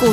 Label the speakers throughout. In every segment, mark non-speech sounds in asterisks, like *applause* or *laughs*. Speaker 1: 股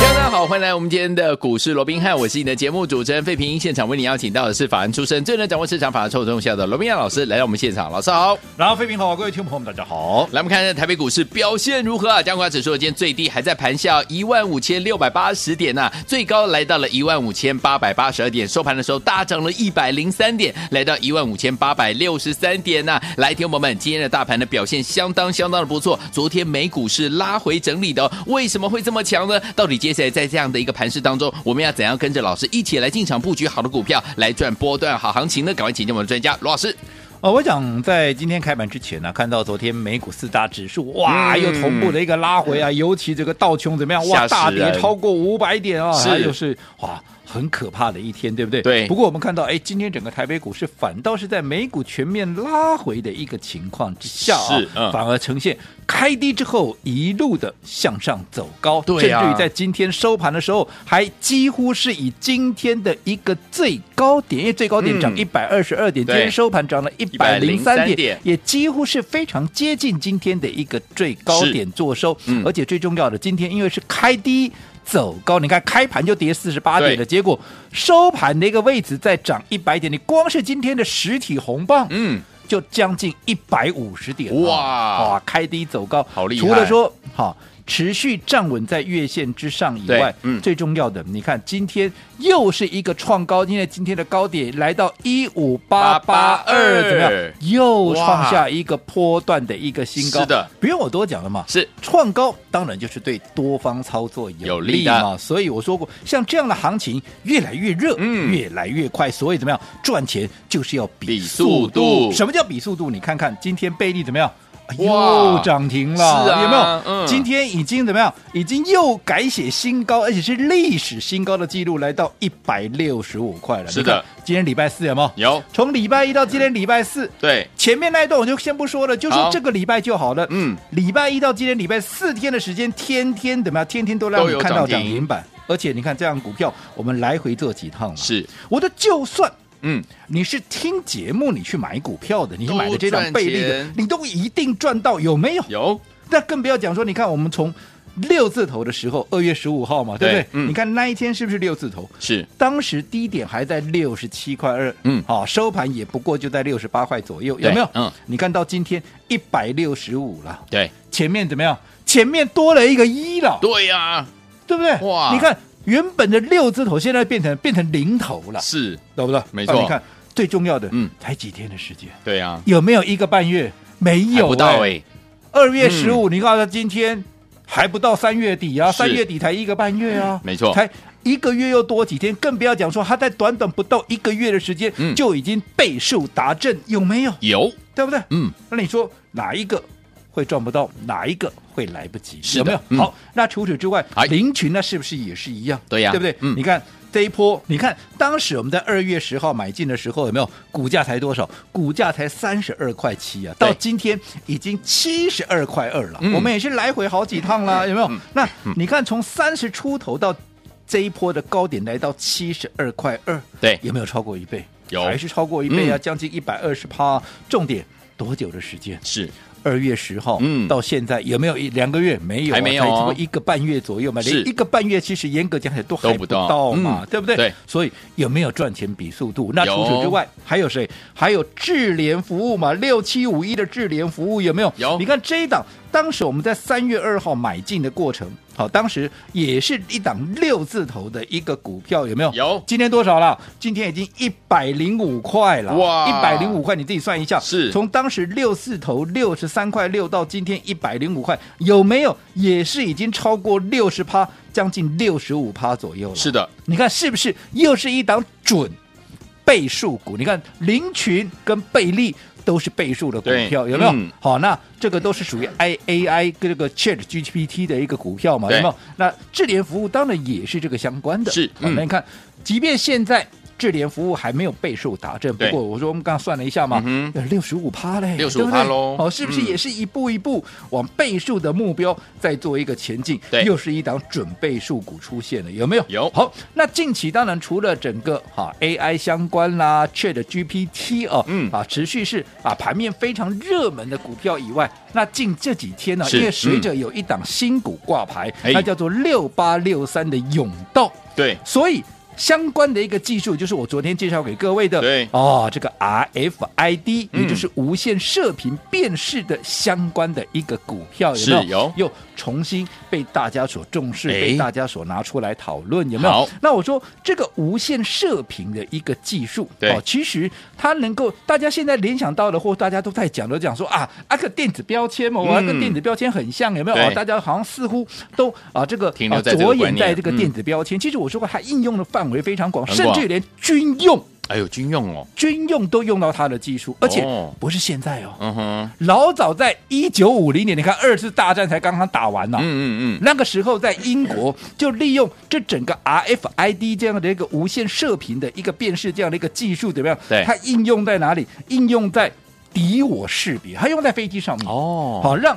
Speaker 2: 大家好，欢迎来我们今天的股市罗宾汉，我是你的节目主持人费平。现场为你邀请到的是法案出身、最能掌握市场法案臭动向的罗宾汉老师来到我们现场，老师好。
Speaker 3: 然后，飞平好，各位听众朋友们，大家好。
Speaker 2: 来，我们看一下台北股市表现如何啊？加权指数今天最低还在盘下一万五千六百八十点呐、啊最高来到了一万五千八百八十二点，收盘的时候大涨了一百零三点，来到一万五千八百六十三点呐、来，听众朋友们，今天的大盘的表现相当相当的不错，昨天美股是拉回整理的、哦，为什么会这么强呢？到底接下来在这样的一个盘势当中，我们要怎样跟着老师一起来进场布局好的股票，来赚波段好行情呢？赶快请教我们的专家罗老师。
Speaker 3: 呃，我想在今天开盘之前呢、看到昨天美股四大指数哇，
Speaker 2: 嗯
Speaker 3: 又同步的一个拉回啊，尤其这个道琼怎么样
Speaker 2: 吓
Speaker 3: 哇，
Speaker 2: 死
Speaker 3: 大跌
Speaker 2: 人
Speaker 3: 超过五百点啊，
Speaker 2: 是
Speaker 3: 还有是哇。很可怕的一天，对不对？
Speaker 2: 对
Speaker 3: 不过我们看到，哎，今天整个台北股市反倒是在美股全面拉回的一个情况之下啊，
Speaker 2: 是嗯
Speaker 3: 反而呈现开低之后一路的向上走高，
Speaker 2: 对啊
Speaker 3: 甚至于在今天收盘的时候，还几乎是以今天的一个最高点，因为最高点涨
Speaker 2: 嗯
Speaker 3: 一百二十二点，今
Speaker 2: 对
Speaker 3: 天收盘涨了一百零三
Speaker 2: 103点
Speaker 3: 点，也几乎是非常接近今天的一个最高
Speaker 2: 是
Speaker 3: 点做收。
Speaker 2: 嗯
Speaker 3: 而且最重要的，今天因为是开低。走高，你看开盘就跌四十八点
Speaker 2: 对
Speaker 3: 了，结果收盘的一个位置再涨一百点，你光是今天的实体红棒，
Speaker 2: 嗯，
Speaker 3: 就将近一百五十点了，
Speaker 2: 哇
Speaker 3: 哇，开低走高，
Speaker 2: 好厉害
Speaker 3: 除了说好。持续站稳在月线之上以
Speaker 2: 对
Speaker 3: 外，
Speaker 2: 嗯
Speaker 3: 最重要的，你看今天又是一个创高，因为今天的高点来到一五八八二，怎么样？又创下一个波段的一个新高。
Speaker 2: 是的，
Speaker 3: 不用我多讲了嘛。
Speaker 2: 是
Speaker 3: 创高当然就是对多方操作
Speaker 2: 有
Speaker 3: 有
Speaker 2: 利
Speaker 3: 利
Speaker 2: 的
Speaker 3: 嘛，所以我说过，像这样的行情越来越热，
Speaker 2: 嗯
Speaker 3: 越来越快，所以怎么样赚钱就是要
Speaker 2: 比
Speaker 3: 比
Speaker 2: 速
Speaker 3: 速
Speaker 2: 度
Speaker 3: 度。什么叫比速度？你看看今天贝利怎么样？哎
Speaker 2: 哇
Speaker 3: 又涨停了，
Speaker 2: 是啊
Speaker 3: 有没有？
Speaker 2: 嗯
Speaker 3: 今天已经怎么样？已经又改写新高，而且是历史新高的记录，来到一百六十五块了。
Speaker 2: 是的
Speaker 3: 你看，今天礼拜四有没有？
Speaker 2: 有
Speaker 3: 从礼拜一到今天礼拜四，
Speaker 2: 对，
Speaker 3: 前面那一段我就先不说了，就
Speaker 2: 好
Speaker 3: 说这个礼拜就好了。
Speaker 2: 嗯，
Speaker 3: 礼拜一到今天礼拜四天的时间，天天怎么样？天天都让
Speaker 2: 都
Speaker 3: 你
Speaker 2: 有
Speaker 3: 看到
Speaker 2: 涨
Speaker 3: 涨
Speaker 2: 停
Speaker 3: 停板。而且你看这样股票，我们来回做几趟了。
Speaker 2: 是，
Speaker 3: 我的就算
Speaker 2: 嗯，
Speaker 3: 你是听节目你去买股票的，你是买的这
Speaker 2: 都
Speaker 3: 张
Speaker 2: 赚
Speaker 3: 贝利的
Speaker 2: 钱，
Speaker 3: 你都一定赚到，有没有？
Speaker 2: 有
Speaker 3: 那更不要讲说，你看我们从六字头的时候，二月十五号嘛，对不
Speaker 2: 对
Speaker 3: 对？
Speaker 2: 嗯
Speaker 3: 你看那一天是不是六字头？
Speaker 2: 是
Speaker 3: 当时低点还在六十七块二，
Speaker 2: 嗯
Speaker 3: 好、收盘也不过就在六十八块左右，
Speaker 2: 对
Speaker 3: 有没有？
Speaker 2: 嗯，
Speaker 3: 你看到今天一百六十五了，
Speaker 2: 对，
Speaker 3: 前面怎么样？前面多了一个一了，
Speaker 2: 对呀、
Speaker 3: 对不对？
Speaker 2: 哇
Speaker 3: 你看原本的六字头，现在变成变成零头了，
Speaker 2: 是，
Speaker 3: 对不对？
Speaker 2: 没错
Speaker 3: 啊你看最重要的，
Speaker 2: 嗯，
Speaker 3: 才几天的时间，
Speaker 2: 对呀、
Speaker 3: 有没有一个半月？没
Speaker 2: 还
Speaker 3: 有、
Speaker 2: 不到哎、嗯
Speaker 3: 哎。二月十五、你告诉他今天还不到三月底啊，
Speaker 2: 是
Speaker 3: 三月底才一个半月啊，
Speaker 2: 没错
Speaker 3: 才一个月又多几天，更不要讲说他在短短不到一个月的时间、
Speaker 2: 嗯
Speaker 3: 就已经倍数达阵，有没有？
Speaker 2: 有，
Speaker 3: 对不对？
Speaker 2: 嗯，
Speaker 3: 那你说哪一个会赚不到，哪一个会来不及？
Speaker 2: 是的
Speaker 3: 有没有？
Speaker 2: 嗯
Speaker 3: 好，那除此之外
Speaker 2: 哎，
Speaker 3: 林群那是不是也是一样？
Speaker 2: 对呀
Speaker 3: 对不对？
Speaker 2: 嗯
Speaker 3: 你看。这一波，你看当时我们在二月十号买进的时候，有没有股价才多少？股价才三十二块七啊！
Speaker 2: 对
Speaker 3: 到今天已经七十二块二了、
Speaker 2: 嗯
Speaker 3: 我们也是来回好几趟了，有没有？那你看从三十出头到这一波的高点来到七十二块二，
Speaker 2: 对
Speaker 3: 有没有超过一倍？
Speaker 2: 有
Speaker 3: 还是超过一倍啊？
Speaker 2: 嗯
Speaker 3: 将近一百二十趴。重点多久的时间？
Speaker 2: 是
Speaker 3: 二月十号，
Speaker 2: 嗯
Speaker 3: 到现在有没有一两个月？没有啊、
Speaker 2: 还没有哦
Speaker 3: 才不过一个半月左右嘛，
Speaker 2: 是
Speaker 3: 连一个半月其实严格讲起来都还
Speaker 2: 都不
Speaker 3: 不
Speaker 2: 到
Speaker 3: 到嘛，
Speaker 2: 嗯
Speaker 3: 对不对？
Speaker 2: 对
Speaker 3: 所以有没有赚钱比速度？那
Speaker 2: 有
Speaker 3: 除此之外还有谁？还有智联服务嘛，六七五一的智联服务有没有？
Speaker 2: 有
Speaker 3: 你看这一档，当时我们在三月二号买进的过程，好，当时也是一档六字头的一个股票，有没有？
Speaker 2: 有
Speaker 3: 今天多少了？今天已经一百零五块了，
Speaker 2: 哇
Speaker 3: 一百零五块，你自己算一下，
Speaker 2: 是
Speaker 3: 从当时六四头六十三块六到今天一百零五块，有没有也是已经超过六十趴，将近六十五趴左右了？
Speaker 2: 是，的，
Speaker 3: 你看是不是又是一档准倍数股？你看林群跟贝利。都是倍数的股票，
Speaker 2: 对
Speaker 3: 有没有？
Speaker 2: 嗯
Speaker 3: 好，那这个都是属于 I A I 跟这个 Chat GPT 的一个股票嘛，有
Speaker 2: 对
Speaker 3: 没有？那智联服务当然也是这个相关的。
Speaker 2: 是
Speaker 3: 好，
Speaker 2: 嗯
Speaker 3: 那你看，即便现在智联服务还没有倍数打正，不
Speaker 2: 对
Speaker 3: 过我说我们刚刚算了一下嘛
Speaker 2: 嗯，
Speaker 3: 六十五趴
Speaker 2: 65%
Speaker 3: 嘞，对不对
Speaker 2: 咯
Speaker 3: 哦，是不是
Speaker 2: 嗯
Speaker 3: 也是一步一步往倍数的目标在做一个前进？
Speaker 2: 对
Speaker 3: 又是一档准倍数股出现了，有没有？
Speaker 2: 有
Speaker 3: 好，那近期当然除了整个哈 AI 相关啦，Chat GPT 哦，
Speaker 2: 嗯
Speaker 3: 啊，持续是啊盘面非常热门的股票以外，那近这几天呢，
Speaker 2: 是嗯
Speaker 3: 因为随着有一档新股挂牌，
Speaker 2: 哎
Speaker 3: 那叫做六八六三的甬道，
Speaker 2: 对，
Speaker 3: 所以。相关的一个技术，就是我昨天介绍给各位的，
Speaker 2: 对
Speaker 3: 哦，这个 RFID，、
Speaker 2: 嗯
Speaker 3: 也就是无线射频辨识的相关的一个股票，有
Speaker 2: 是
Speaker 3: 没有？
Speaker 2: 有
Speaker 3: 又重新被大家所重视，
Speaker 2: 哎
Speaker 3: 被大家所拿出来讨论，有没有
Speaker 2: 好？
Speaker 3: 那我说这个无线射频的一个技术，哦
Speaker 2: 对
Speaker 3: 其实它能够大家现在联想到的，或大家都在讲，都讲说啊，啊个电子标签嘛，我、啊、
Speaker 2: 嗯
Speaker 3: 跟电子标签很像，有没有？
Speaker 2: 对
Speaker 3: 哦，大家好像似乎都啊这个
Speaker 2: 停留
Speaker 3: 啊
Speaker 2: 在这个
Speaker 3: 着
Speaker 2: 观
Speaker 3: 眼
Speaker 2: 念
Speaker 3: 在这个
Speaker 2: 嗯
Speaker 3: 电子标签。其实我说过，它应用的范围非常广，
Speaker 2: 很
Speaker 3: 甚
Speaker 2: 广
Speaker 3: 至连军用
Speaker 2: 哎呦，军用哦，
Speaker 3: 军用都用到它的技术，而且
Speaker 2: 哦
Speaker 3: 不是现在哦，
Speaker 2: 嗯哼，
Speaker 3: 老早在一九五零年，你看二次大战才刚刚打完呢、
Speaker 2: 嗯嗯嗯，
Speaker 3: 那个时候在英国就利用这整个 RFID 这样的一个无线射频的一个辨识这样的一个技术，怎么样？
Speaker 2: 对
Speaker 3: 它应用在哪里？应用在敌我识别，它用在飞机上面。
Speaker 2: 哦，
Speaker 3: 好让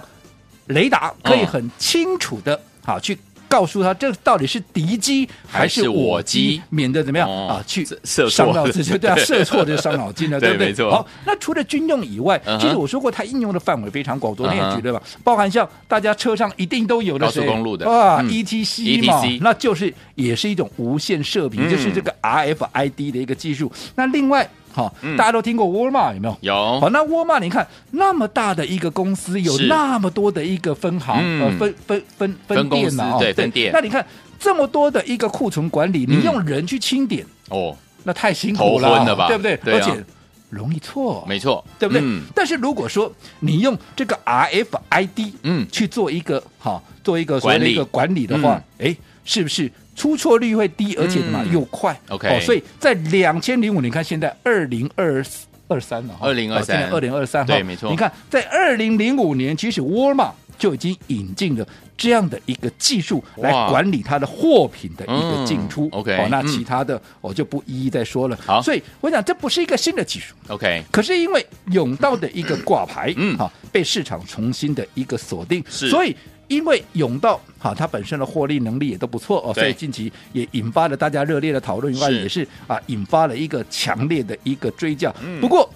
Speaker 3: 雷达可以
Speaker 2: 嗯
Speaker 3: 很清楚的啊去告诉他这到底是敌机
Speaker 2: 还
Speaker 3: 还
Speaker 2: 是
Speaker 3: 是
Speaker 2: 我
Speaker 3: 我
Speaker 2: 机
Speaker 3: 机，免得怎么样
Speaker 2: 哦
Speaker 3: 啊去
Speaker 2: 射射错
Speaker 3: 伤到自己，
Speaker 2: *laughs* 了
Speaker 3: *laughs* 对啊，
Speaker 2: 对
Speaker 3: 射错就伤脑筋
Speaker 2: *laughs*
Speaker 3: 了，
Speaker 2: 对
Speaker 3: 对不对？
Speaker 2: 没错
Speaker 3: 好，那除了军用以外
Speaker 2: 嗯，哼
Speaker 3: 其实我说过它应用的范围非常广，昨
Speaker 2: 嗯
Speaker 3: 天也
Speaker 2: 哼
Speaker 3: 举了嘛，包含像大家车上一定都有的
Speaker 2: 高速
Speaker 3: 谁
Speaker 2: 公路的
Speaker 3: 啊
Speaker 2: 嗯
Speaker 3: ，ETC 嘛
Speaker 2: ETC，
Speaker 3: 那就是也是一种无线射频，
Speaker 2: 嗯
Speaker 3: 就是这个 RFID 的一个技术。那另外，好
Speaker 2: 嗯，
Speaker 3: 大家都听过沃尔玛有没有？好，
Speaker 2: 有，
Speaker 3: 那沃尔玛，你看那么大的一个公司，有
Speaker 2: 哦是
Speaker 3: 那么多的一个分行、
Speaker 2: 嗯
Speaker 3: 呃分分分
Speaker 2: 分公
Speaker 3: 店
Speaker 2: 司
Speaker 3: 呐、哦，
Speaker 2: 对分店
Speaker 3: 那你看这么多的一个库存管理，
Speaker 2: 嗯
Speaker 3: 你用人去清点，
Speaker 2: 哦，
Speaker 3: 那太辛苦了，
Speaker 2: 头昏了吧
Speaker 3: 对不对？
Speaker 2: 对啊
Speaker 3: 而且容易错，
Speaker 2: 没错，
Speaker 3: 对不对？
Speaker 2: 嗯
Speaker 3: 但是如果说你用这个 RFID，
Speaker 2: 嗯
Speaker 3: 去做一个哈、做一个所谓的一个管理的话，哎、是不是出错率会低，而且怎么样
Speaker 2: 嗯
Speaker 3: 又快
Speaker 2: OK
Speaker 3: 哦所以在两千零五，你看现在二零二二三了哈，哦
Speaker 2: 2023
Speaker 3: 二零二三，
Speaker 2: 对没错
Speaker 3: 你看在二零零五年，其实沃尔玛就已经引进了。这样的一个技术来
Speaker 2: 哇
Speaker 3: 管理它的货品的一个
Speaker 2: 嗯
Speaker 3: 进出、
Speaker 2: OK，
Speaker 3: 哦，那
Speaker 2: 嗯
Speaker 3: 其他的我就不一一再说了。
Speaker 2: 好
Speaker 3: 所以我想这不是一个新的技术，
Speaker 2: ，OK，
Speaker 3: 可是因为甬道的一个挂牌，
Speaker 2: 嗯
Speaker 3: 好、被市场重新的一个锁定，
Speaker 2: 是
Speaker 3: 所以。因为甬道哈，它本身的获利能力也都不错哦，
Speaker 2: 对
Speaker 3: 所以近期也引发了大家热烈的讨论以外，
Speaker 2: 是
Speaker 3: 也是啊，引发了一个强烈的一个追价。
Speaker 2: 嗯
Speaker 3: 不过，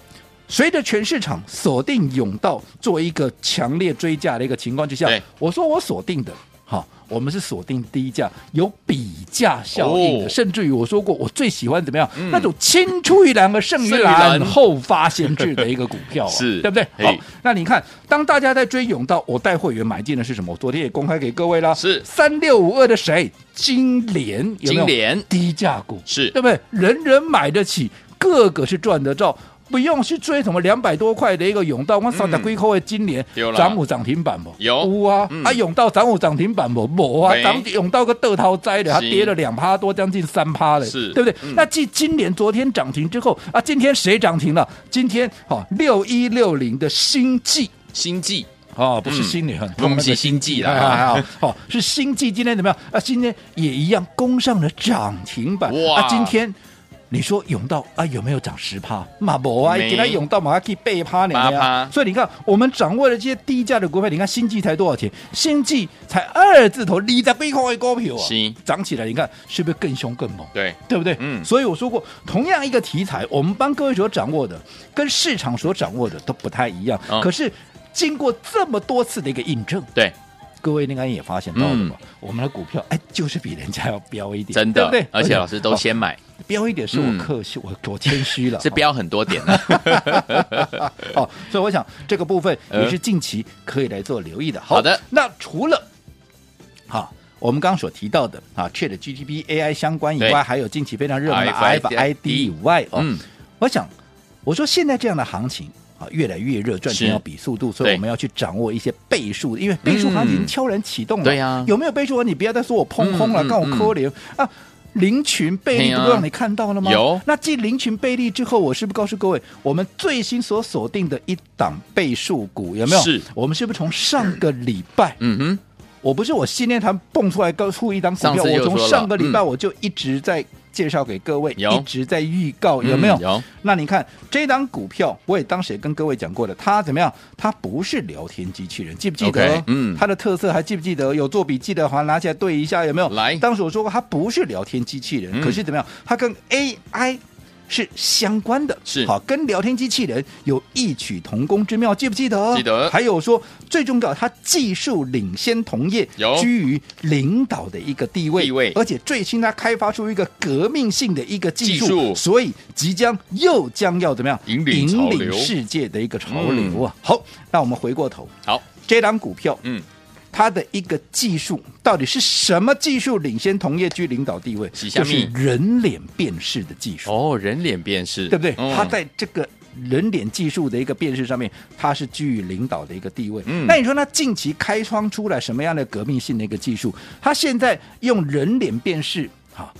Speaker 3: 随着全市场锁定甬道做一个强烈追价的一个情况之下
Speaker 2: 对，
Speaker 3: 我说我锁定的，好、我们是锁定低价，有比价效应的，
Speaker 2: 哦
Speaker 3: 甚至于我说过，我最喜欢怎么样？
Speaker 2: 嗯
Speaker 3: 那种青出于蓝而胜于
Speaker 2: 胜于
Speaker 3: 蓝
Speaker 2: 蓝，
Speaker 3: 后发先至的一个股票、
Speaker 2: *laughs*
Speaker 3: 啊，
Speaker 2: 是
Speaker 3: 对不对？
Speaker 2: 嘿
Speaker 3: 好，那你看，当大家在追永道，我带会员买进的是什么？我昨天也公开给各位啦，
Speaker 2: 是
Speaker 3: 三六五二的谁？金联有没
Speaker 2: 金
Speaker 3: 有？
Speaker 2: 联
Speaker 3: 低价股
Speaker 2: 是
Speaker 3: 对不对？人人买得起，个个是赚得到。不用去追什么两百多块的一个永道，我扫打龟扣的金联
Speaker 2: 对嗯啦
Speaker 3: 涨五涨停板不？
Speaker 2: 有
Speaker 3: 有啊
Speaker 2: 嗯，
Speaker 3: 啊永道涨五涨停板不？没啊，
Speaker 2: 没
Speaker 3: 涨永道个豆涛栽的，它
Speaker 2: 是
Speaker 3: 跌了两趴多，将近三趴了，
Speaker 2: 是
Speaker 3: 对不对
Speaker 2: 嗯？
Speaker 3: 那继今年昨天涨停之后啊，今天谁涨停了？今天哦，六一六零的星际
Speaker 2: 星际
Speaker 3: 哦，不
Speaker 2: 嗯
Speaker 3: 是心里很
Speaker 2: 我
Speaker 3: 痛，
Speaker 2: 们
Speaker 3: 那
Speaker 2: 是
Speaker 3: 个
Speaker 2: 星际啦
Speaker 3: 哎哎哎哦， *laughs* 是星际今天怎么样？啊，今天也一样攻上了涨停板。
Speaker 2: 哇
Speaker 3: 啊，今天。你说永道啊有没有涨十趴？马博啊，
Speaker 2: 没
Speaker 3: 给他永道马上可以倍趴两
Speaker 2: 八趴
Speaker 3: 呀。所以你看，我们掌握了这些低价的股票，你看星际才多少钱？星际才二字头，你在背后的股票啊
Speaker 2: 是，
Speaker 3: 涨起来，你看是不是更凶更猛？
Speaker 2: 对，
Speaker 3: 对不对？
Speaker 2: 嗯
Speaker 3: 所以我说过，同样一个题材，我们帮各位所掌握的，跟市场所掌握的都不太一样。
Speaker 2: 嗯
Speaker 3: 可是经过这么多次的一个印证，
Speaker 2: 对，
Speaker 3: 各位应该也发现到了
Speaker 2: 嗯
Speaker 3: 吧？我们的股票，哎，就是比人家要标一点，
Speaker 2: 真的，
Speaker 3: 对不对？
Speaker 2: 而且老师都
Speaker 3: 哦
Speaker 2: 先买，
Speaker 3: 标一点，是
Speaker 2: 嗯
Speaker 3: 我客气，我我谦虚了，
Speaker 2: 是标很多点的，
Speaker 3: 哦，所以我想这个部分
Speaker 2: 呃
Speaker 3: 也是近期可以来做留意的。
Speaker 2: 好的，
Speaker 3: 那除了哈、我们刚刚所提到的啊，Chat GTP AI 相关以
Speaker 2: 对
Speaker 3: 外，还有近期非常热门的
Speaker 2: RFID
Speaker 3: FID 以外哦，
Speaker 2: 嗯
Speaker 3: 我想我说现在这样的行情。啊，越来越热，赚钱
Speaker 2: 是
Speaker 3: 要比速度，所以
Speaker 2: 对
Speaker 3: 我们要去掌握一些倍数，因为倍数行情已经
Speaker 2: 嗯
Speaker 3: 悄然启动了。
Speaker 2: 对呀
Speaker 3: 有没有倍数啊？你不要再说我碰空了，
Speaker 2: 嗯嗯
Speaker 3: 跟我扣零啊！零群倍
Speaker 2: 嘿
Speaker 3: 率
Speaker 2: 呀
Speaker 3: 不都让你看到了吗？
Speaker 2: 嗯有
Speaker 3: 那继零群倍利之后，我是不是告诉各位，我们最新所锁定的一档倍数股有没有？
Speaker 2: 是，
Speaker 3: 我们是不是从上个礼拜，
Speaker 2: 嗯哼，
Speaker 3: 我不是我信念堂蹦出来告诉一档股
Speaker 2: 上
Speaker 3: 票，
Speaker 2: 次就
Speaker 3: 我
Speaker 2: 说了嗯
Speaker 3: 从上个礼拜我就一直在介绍给各位，
Speaker 2: 有
Speaker 3: 一直在预告，有
Speaker 2: 嗯
Speaker 3: 没有？
Speaker 2: 有。
Speaker 3: 那你看这档股票，我也当时也跟各位讲过了，它怎么样？它不是聊天机器人，记不记得
Speaker 2: OK，嗯
Speaker 3: 它的特色还记不记得？有做笔记的话，拿起来对一下，有没有？
Speaker 2: 来
Speaker 3: 当时我说过，它不是聊天机器
Speaker 2: 嗯
Speaker 3: 人，可是怎么样？它跟 AI。是相关的，
Speaker 2: 是
Speaker 3: 好，跟聊天机器人有异曲同工之妙，记不记得？
Speaker 2: 记得
Speaker 3: 还有说，最重要，它技术领先同业，
Speaker 2: 有
Speaker 3: 居于领导的一个地位，
Speaker 2: 地位
Speaker 3: 而且最新它开发出一个革命性的一个技术，
Speaker 2: 技术
Speaker 3: 所以即将又将要怎么样
Speaker 2: 引领潮流
Speaker 3: 世界的一个潮流啊！好，那我们回过头，
Speaker 2: 好，
Speaker 3: 这档股票
Speaker 2: 嗯，
Speaker 3: 它的一个技术到底是什么技术领先同业居领导地位？
Speaker 2: 是什
Speaker 3: 就
Speaker 2: 么
Speaker 3: 是人脸辨识的技术，
Speaker 2: 哦，人脸辨识，
Speaker 3: 对不对？
Speaker 2: 嗯
Speaker 3: 它在这个。人脸技术的一个辨识上面，它是居于领导的一个地位。
Speaker 2: 嗯
Speaker 3: 那你说，它近期开创出来什么样的革命性的一个技术？它现在用人脸辨识，哈、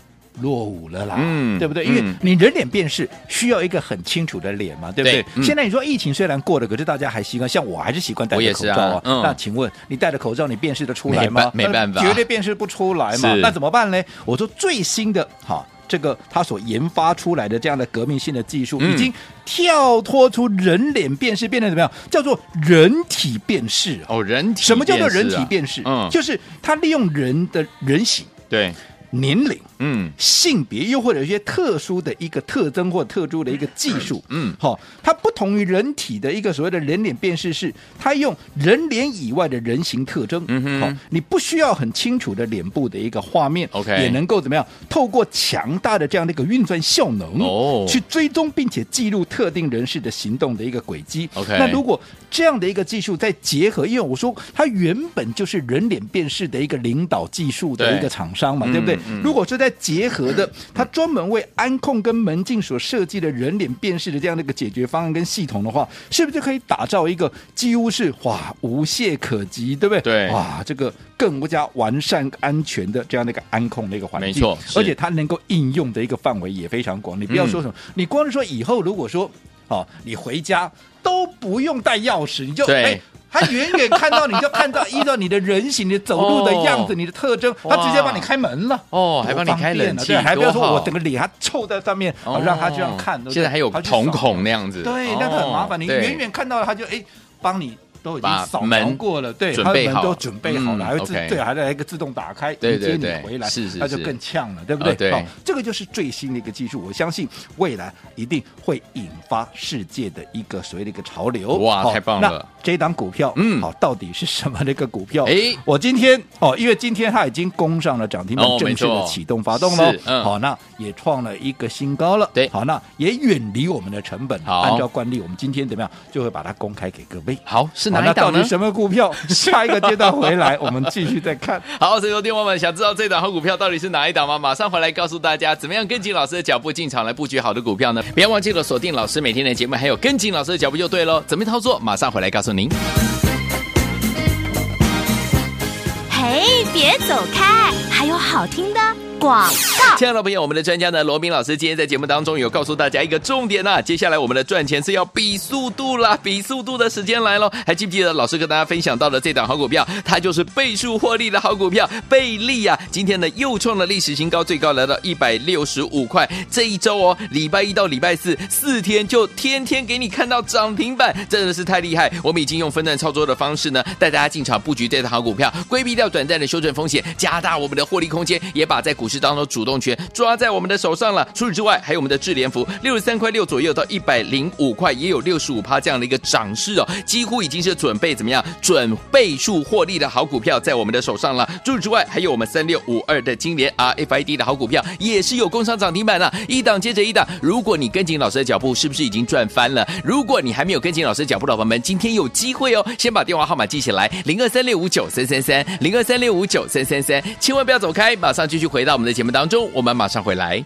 Speaker 3: 落伍了啦，
Speaker 2: 嗯
Speaker 3: 对不对？因为
Speaker 2: 嗯
Speaker 3: 你人脸辨识需要一个很清楚的脸嘛，对不对？
Speaker 2: 对嗯
Speaker 3: 现在你说疫情虽然过了，可是大家还习惯，像我还是习惯戴
Speaker 2: 我也
Speaker 3: 着口
Speaker 2: 是
Speaker 3: 罩
Speaker 2: 啊
Speaker 3: 啊。
Speaker 2: 嗯
Speaker 3: 那请问你戴着口罩，你辨识得出来吗？
Speaker 2: 没办没办法
Speaker 3: 绝对辨识不出来嘛
Speaker 2: 是。
Speaker 3: 那怎么办呢？我说最新的哈。这个他所研发出来的这样的革命性的技术，
Speaker 2: 嗯
Speaker 3: 已经跳脱出人脸辨识，变成怎么样？叫做人体辨识哦。
Speaker 2: 哦，人体
Speaker 3: 什么叫做
Speaker 2: 辨
Speaker 3: 人
Speaker 2: 识啊
Speaker 3: 体辨识？
Speaker 2: 嗯，
Speaker 3: 就是他利用人的人形、
Speaker 2: 对，
Speaker 3: 年龄、
Speaker 2: 嗯，
Speaker 3: 性别，又或者一些特殊的一个特征或特殊的一个技术，
Speaker 2: 嗯
Speaker 3: 好、它不同于人体的一个所谓的人脸辨识是，它用人脸以外的人形特征，
Speaker 2: 嗯哼
Speaker 3: 好、你不需要很清楚的脸部的一个画面
Speaker 2: OK
Speaker 3: 也能够怎么样，透过强大的这样的一个运算效能，
Speaker 2: 哦
Speaker 3: 去追踪并且记录特定人士的行动的一个轨迹
Speaker 2: OK
Speaker 3: 那如果这样的一个技术再结合，因为我说它原本就是人脸辨识的一个领导技术的
Speaker 2: 对
Speaker 3: 一个厂商嘛，
Speaker 2: 嗯
Speaker 3: 对不对？
Speaker 2: 嗯
Speaker 3: 如果是在结合的，它专门为安控跟门禁所设计的人脸辨识的这样的一个解决方案跟系统的话，是不是就可以打造一个几乎是哇无懈可击，对不对？
Speaker 2: 对
Speaker 3: 哇，这个更加完善、安全的这样的一个安控的一个环境，
Speaker 2: 没错是嗯
Speaker 3: 而且它能够应用的一个范围也非常广。你不要说什么，你光是说以后如果说哦，你回家都不用带钥匙，你就
Speaker 2: 对。
Speaker 3: 哎他远远看到你就看到，依照你的人形、你走路的样子、
Speaker 2: 哦
Speaker 3: 你的特征，他直接帮你开门了。
Speaker 2: 哦
Speaker 3: 多
Speaker 2: 还帮你开冷气
Speaker 3: 方便啊对，还不要说
Speaker 2: 多好
Speaker 3: 我整个脸还凑在上面，
Speaker 2: 哦
Speaker 3: 哦让他这样看。对不对
Speaker 2: 现在还有
Speaker 3: 他去扫
Speaker 2: 瞳孔那样子，
Speaker 3: 对，那个很麻烦。你
Speaker 2: 哦对
Speaker 3: 远远看到他就哎，帮你都已经
Speaker 2: 把
Speaker 3: 扫描
Speaker 2: 门
Speaker 3: 过了，对，
Speaker 2: 准
Speaker 3: 他的
Speaker 2: 备
Speaker 3: 门
Speaker 2: 好
Speaker 3: 都准备好了，
Speaker 2: 嗯
Speaker 3: 还会自
Speaker 2: OK
Speaker 3: 对，还来一个自动打开
Speaker 2: 对
Speaker 3: 迎接
Speaker 2: 对
Speaker 3: 你
Speaker 2: 对
Speaker 3: 回来，
Speaker 2: 是是
Speaker 3: 那就是更呛了，对不
Speaker 2: 啊
Speaker 3: 对？
Speaker 2: 对
Speaker 3: 好，这个就是最新的一个技术，我相信未来一定会引发世界的一个所谓的一个潮流。
Speaker 2: 哇
Speaker 3: 好
Speaker 2: 太棒了！
Speaker 3: 那这档股票，
Speaker 2: 嗯
Speaker 3: 嗯，好，到底是什么的一个股票？
Speaker 2: 哎
Speaker 3: 我今天哦，因为今天它已经攻上了涨停板
Speaker 2: 哦，没
Speaker 3: 正式的
Speaker 2: 错
Speaker 3: 启动发动了
Speaker 2: 是。嗯
Speaker 3: 好，那也创了一个新高了。
Speaker 2: 对
Speaker 3: 好，那也远离我们的成本。
Speaker 2: 好
Speaker 3: 按照惯例，我们今天怎么样就会把它公开给各位。
Speaker 2: 好是
Speaker 3: 好
Speaker 2: 哪
Speaker 3: 那
Speaker 2: 一
Speaker 3: 到
Speaker 2: 档
Speaker 3: 底
Speaker 2: 呢？
Speaker 3: 什么股票？下一个阶段回来，我们继续再看。
Speaker 2: 好，所以说天王们想知道这档好股票到底是哪一档吗？马上回来告诉大家，怎么样跟紧老师的脚步进场来布局好的股票呢？不要忘记了锁定老师每天的节目，还有跟紧老师的脚步就对喽。怎么操作？马上回来告诉您。
Speaker 1: 嘿，别走开，还有好听的广告。
Speaker 2: 亲爱的朋友，我们的专家呢，罗明老师今天在节目当中有告诉大家一个重点呐、啊接下来我们的赚钱是要比速度啦，比速度的时间来喽。还记不记得老师跟大家分享到的这档好股票，它就是倍数获利的好股票贝利啊，今天呢又创了历史新高，最高来到一百六十五块。这一周哦，礼拜一到礼拜四四天就天天给你看到涨停板，真的是太厉害。我们已经用分段操作的方式呢，带大家进场布局这档好股票，规避掉短暂的修正风险，加大我们的获利空间，也把在股市当中主动权抓在我们的手上了。除此之外，还有我们的智联福六十三块六左右到一百零五块，也有六十五趴这样的一个涨势哦，几乎已经是准备怎么样准倍数获利的好股票在我们的手上了。除此之外，还有我们三六五二的金联啊 RFID 的好股票也是有工商涨停板了、一档接着一档。如果你跟紧老师的脚步，是不是已经赚翻了？如果你还没有跟紧老师脚步的朋友们，今天有机会哦，先把电话号码记起来，零二三六五九三三三，零二三六五九三三三，千万不要走开，马上继续回到我们的节目当中，我们马上回来。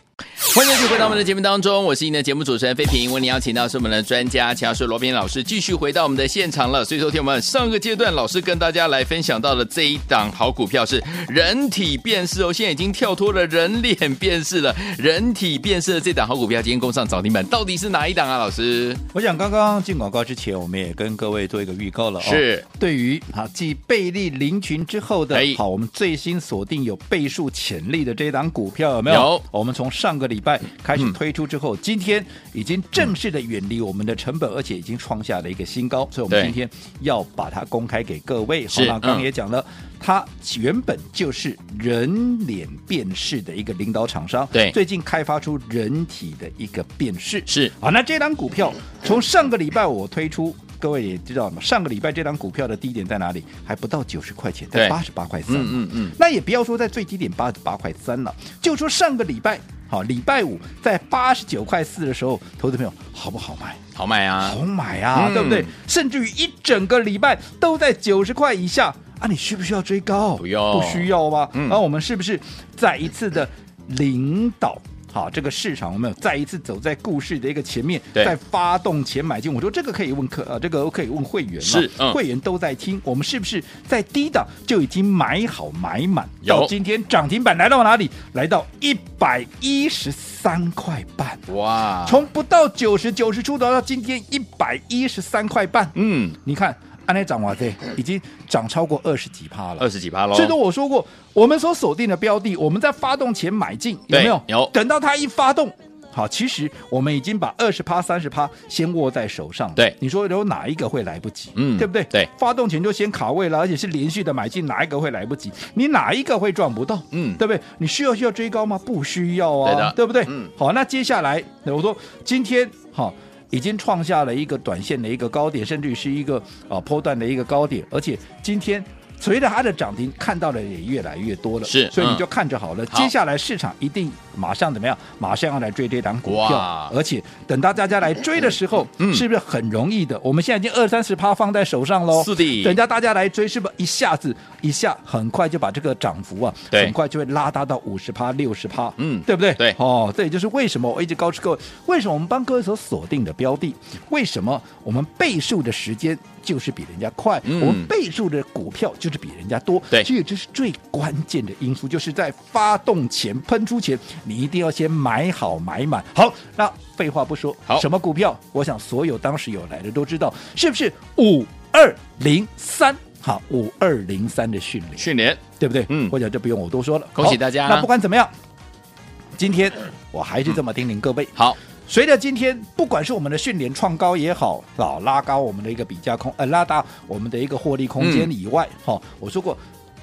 Speaker 2: 欢迎继续回到我们的节目当中，我是您的节目主持人飞平。为您邀请到是我们的专家乔师罗平老师，继续回到我们的现场了。所以，昨天我们上个阶段老师跟大家来分享到的这一档好股票是人体辨识哦，现在已经跳脱了人脸辨识了，人体辨识的这档好股票，今天攻上涨停板，到底是哪一档啊？老师
Speaker 4: 我想刚刚进广告之前，我们也跟各位做一个预告了哦。
Speaker 2: 是
Speaker 3: 对于啊，继贝利林群之后的
Speaker 2: 哎，
Speaker 3: 好，我们最新锁定有倍数潜力的这一档股票有没有？
Speaker 2: 有
Speaker 3: 我们从上个礼拜开始
Speaker 2: 嗯
Speaker 3: 推出之后，今天已经正式的远离我们的成本，而且已经创下了一个新高，所以我们
Speaker 2: 对
Speaker 3: 今天要把它公开给各位。好，
Speaker 2: 是
Speaker 3: 那刚刚
Speaker 2: 嗯
Speaker 3: 也讲了。它原本就是人脸辨识的一个领导厂商，
Speaker 2: 对
Speaker 3: 最近开发出人体的一个辨识，
Speaker 2: 是
Speaker 3: 好，那这档股票从上个礼拜我推出，各位也知道嘛，上个礼拜这档股票的低点在哪里？还不到九十块钱，在
Speaker 2: 对
Speaker 3: 八十八块三。
Speaker 2: 嗯嗯嗯，
Speaker 3: 那也不要说在最低点八十八块三了，就说上个礼拜，好，礼拜五在八十九块四的时候，投资朋友好不好买？
Speaker 2: 好买啊
Speaker 3: 好，买啊，
Speaker 2: 嗯
Speaker 3: 对不对？甚至于一整个礼拜都在九十块以下啊，你需不需要追高？
Speaker 2: 不用
Speaker 3: 不需要吧？
Speaker 2: 嗯
Speaker 3: 那、我们是不是再一次的领导？好，这个市场有没有再一次走在故事的一个前面，
Speaker 2: 对
Speaker 3: 在发动前买进？我说这个可以问客，呃，这个可以问会员嘛
Speaker 2: 是嗯
Speaker 3: 会员都在听，我们是不是在低档就已经买好买满？
Speaker 2: 有
Speaker 3: 到今天涨停板来到哪里？来到一百一十三块半。
Speaker 2: 哇，
Speaker 3: 啊从不到九十九十出头到今天一百一十三块半，
Speaker 2: 嗯，
Speaker 3: 你看安内涨哇塞，已经涨超过二十几趴了
Speaker 2: 二。十几趴喽，
Speaker 3: 所以说我说过，我们所锁定的标的，我们在发动前买进，有
Speaker 2: 对
Speaker 3: 没有？
Speaker 2: 有
Speaker 3: 等到它一发动。好，其实我们已经把二十趴、三十趴先握在手上了。
Speaker 2: 对
Speaker 3: 你说有哪一个会来不及？
Speaker 2: 嗯
Speaker 3: 对不对？
Speaker 2: 对，
Speaker 3: 发动前就先卡位了，而且是连续的买进，哪一个会来不及？你哪一个会赚不到？
Speaker 2: 嗯
Speaker 3: 对不对？你需要需要追高吗？不需要啊，
Speaker 2: 对的
Speaker 3: 不对？
Speaker 2: 嗯
Speaker 3: 好，那接下来呃我说今天好。已经创下了一个短线的一个高点，甚至于是一个啊波段的一个高点，而且今天随着它的涨停，看到的也越来越多了，
Speaker 2: 是
Speaker 3: 所以
Speaker 2: 嗯
Speaker 3: 你就看着好了。
Speaker 2: 好
Speaker 3: 接下来市场一定马上怎么样？马上要来追这档股
Speaker 2: 哇
Speaker 3: 票，而且等到大家来追的时候，
Speaker 2: 嗯
Speaker 3: 是不是很容易的？我们现在已经二三十趴放在手上喽，
Speaker 2: 是的
Speaker 3: 等到大家来追，是不是一下子一下很快就把这个涨幅啊，
Speaker 2: 对
Speaker 3: 很快就会拉大到五十趴、六十趴，
Speaker 2: 嗯
Speaker 3: 对不对？
Speaker 2: 对
Speaker 3: 哦，这也就是为什么我一直告诉各位，为什么我们帮各位所锁定的标的，为什么我们倍数的时间就是比人家快，
Speaker 2: 嗯
Speaker 3: 我们倍数的股票就是比人家多，
Speaker 2: 对
Speaker 3: 所以这是最关键的因素，就是在发动前、喷出前，你一定要先买好买满。好，那废话不说，
Speaker 2: 好
Speaker 3: 什么股票？我想所有当时有来的都知道，是不是五二零三？好，五二零三的训练。
Speaker 2: 去年
Speaker 3: 对不对？
Speaker 2: 嗯
Speaker 3: 或者就不用我多说了。
Speaker 2: 恭喜
Speaker 3: 好
Speaker 2: 大家
Speaker 3: 那不管怎么样，今天我还是这么叮咛各位。
Speaker 2: 好，
Speaker 3: 随着今天，不管是我们的训练创高也好，啊，拉高我们的一个比价空，呃，拉大我们的一个获利空间以外，哈、我说过。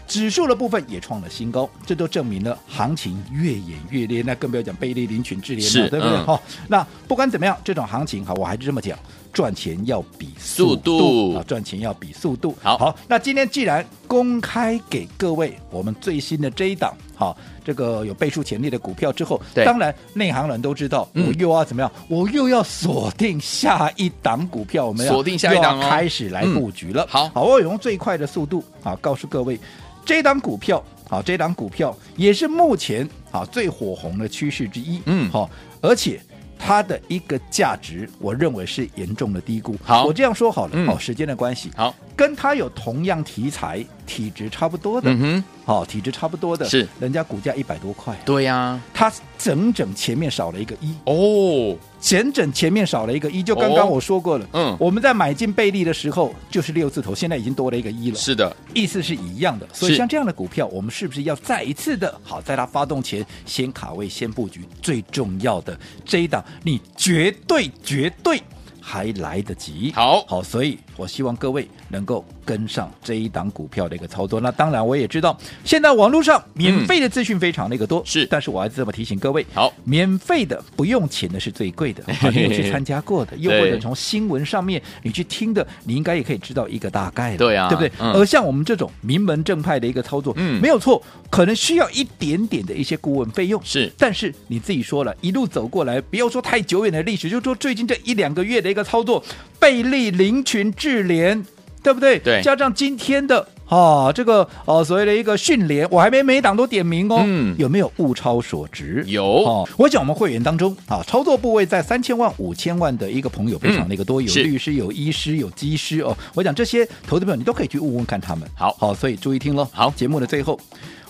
Speaker 3: 指数的部分也创了新高，这都证明了行情越演越烈。那更不要讲贝利林群智联
Speaker 2: 是
Speaker 3: 了，对不对？
Speaker 2: 嗯
Speaker 3: 哈、那不管怎么样，这种行情哈，我还是这么讲，赚钱要比
Speaker 2: 速
Speaker 3: 速
Speaker 2: 度
Speaker 3: 啊，赚钱要比速度。
Speaker 2: 好
Speaker 3: 好，那今天既然公开给各位我们最新的这一档，好，这个有倍数潜力的股票之后，
Speaker 2: 对
Speaker 3: 当然内行人都知道，
Speaker 2: 嗯
Speaker 3: 我又要怎么样？我又要锁定下一档股票，我们要
Speaker 2: 锁定下一档哦
Speaker 3: 又要开始来布局了。
Speaker 2: 嗯好
Speaker 3: 好，我有用最快的速度啊，告诉各位，这档股票，好，这档股票也是目前啊最火红的趋势之一。
Speaker 2: 嗯
Speaker 3: 好，而且。它的一个价值，我认为是严重的低估。
Speaker 2: 好
Speaker 3: 我这样说好了，
Speaker 2: 嗯
Speaker 3: 哦，时间的关系，
Speaker 2: 好，
Speaker 3: 跟它有同样题材、体质差不多的，
Speaker 2: 嗯哼，
Speaker 3: 好、体质差不多的，
Speaker 2: 是
Speaker 3: 人家股价一百多块啊，
Speaker 2: 对呀、
Speaker 3: 它整整前面少了一个一，
Speaker 2: 哦，
Speaker 3: 整整前面少了一个一，就刚
Speaker 2: 哦
Speaker 3: 刚我说过了，
Speaker 2: 嗯
Speaker 3: 我们在买进贝利的时候就是六字头，现在已经多了一个一了，
Speaker 2: 是的，
Speaker 3: 意思是一样的。所以像这样的股票，我们是不是要再一次的好，在它发动前先卡位、先布局？最重要的这一档，你绝对绝对。还来得及，
Speaker 2: 好
Speaker 3: 好，所以我希望各位能够跟上这一档股票的一个操作。那当然，我也知道现在网络上免费的资讯非常的一个多，
Speaker 2: 嗯是
Speaker 3: 但是我还是这么提醒各位，
Speaker 2: 好
Speaker 3: 免费的不用钱的是最
Speaker 2: *laughs*
Speaker 3: 贵的，好你有去参加过的，又或者
Speaker 2: 对
Speaker 3: 从新闻上面你去听的，你应该也可以知道一个大概的，
Speaker 2: 对啊
Speaker 3: 对不对？
Speaker 2: 嗯
Speaker 3: 而像我们这种名门正派的一个操作，
Speaker 2: 嗯
Speaker 3: 没有错，可能需要一点点的一些顾问费用，
Speaker 2: 是
Speaker 3: 但是你自己说了，一路走过来，不要说太久远的历史，就说最近这一两个月的一个操作，贝利、林群、智联，对不对？
Speaker 2: 对
Speaker 3: 加上今天的哦，这个哦所谓的一个训练，我还没每一档都点名哦，
Speaker 2: 嗯
Speaker 3: 有没有物超所值？
Speaker 2: 有
Speaker 3: 哦，我想我们会员当中啊，操作部位在三千万、五千万的一个朋友非常的一个多，有
Speaker 2: 嗯是
Speaker 3: 律师、有医师、有技师哦，我讲这些投资朋友你都可以去问问看他们。
Speaker 2: 好
Speaker 3: 好，所以注意听喽。
Speaker 2: 好
Speaker 3: 节目的最后。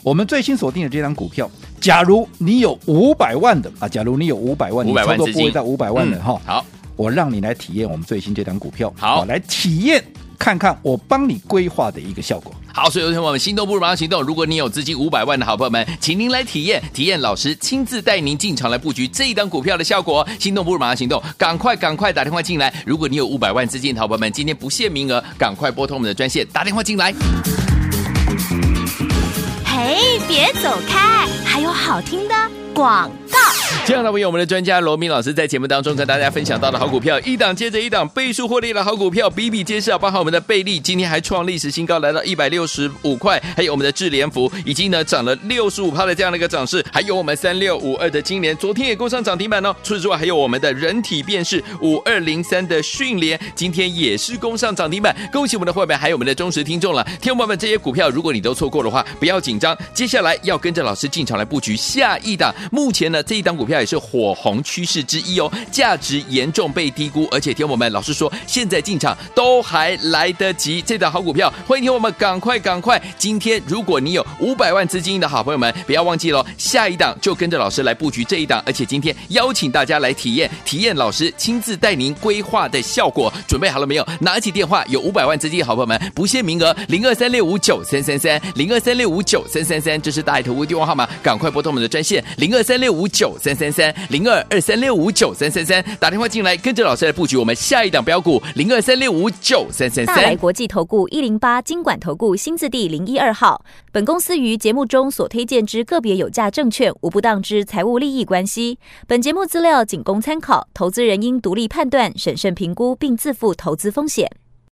Speaker 3: 我们最新锁定的这张股票，假如你有五百万的啊，假如你有五百万，你
Speaker 2: 500万
Speaker 3: 操作
Speaker 2: 资
Speaker 3: 部位
Speaker 2: 金
Speaker 3: 在五百万的
Speaker 2: 嗯
Speaker 3: 哈、
Speaker 2: 好，
Speaker 3: 我让你来体验我们最新这档股票，
Speaker 2: 好
Speaker 3: 来体验看看我帮你规划的一个效果。
Speaker 2: 好，所以有天我们心动不如马上行动。如果你有资金五百万的好朋友们，请您来体验，体验老师亲自带您进场来布局这一档股票的效果。心动不如马上行动，赶快赶快打电话进来。如果你有五百万资金的好朋友们，今天不限名额，赶快拨通我们的专线打电话进来。
Speaker 1: 嘿，别走开，还有好听的广告。
Speaker 2: 这样的朋友，我们的专家罗明老师在节目当中跟大家分享到的好股票，一档接着一档倍数获利的好股票比比皆是啊！包含我们的贝利，今天还创历史新高，来到一百六十五块；还有我们的智联福，已经呢涨了六十五趴的这样的一个涨势；还有我们三六五二的金联，昨天也攻上涨停板哦。除此之外，还有我们的人体辨识五二零三的迅联，今天也是攻上涨停板。恭喜我们的会员，还有我们的忠实听众了。天友们，这些股票如果你都错过的话，不要紧张，接下来要跟着老师进场来布局下一档。目前呢，这一档股票也是火红趋势之一哦，价值严重被低估，而且天友们，老师说现在进场都还来得及。这档好股票，欢迎天友们赶快赶快！今天如果你有五百万资金的好朋友们，不要忘记喽，下一档就跟着老师来布局这一档，而且今天邀请大家来体验，体验老师亲自带您规划的效果。准备好了没有？拿起电话，有五百万资金的好朋友们，不限名额，零二三六五九三三三，零二三六五九三三三，这是大爱投资电话号码，赶快拨通我们的专线零二三六五九三三三，零二二三六五九三三三，打电话进来，跟着老师来布局我们下一档标股零二三六五九三三
Speaker 5: 大来
Speaker 2: 三。
Speaker 5: 国际投顾一零八金管投顾新字第零一二号。本公司于节目中所推荐之个别有价证券，无不当之财务利益关系。本节目资料仅供参考，投资人应独立判断、审慎评估，并自负投资风险。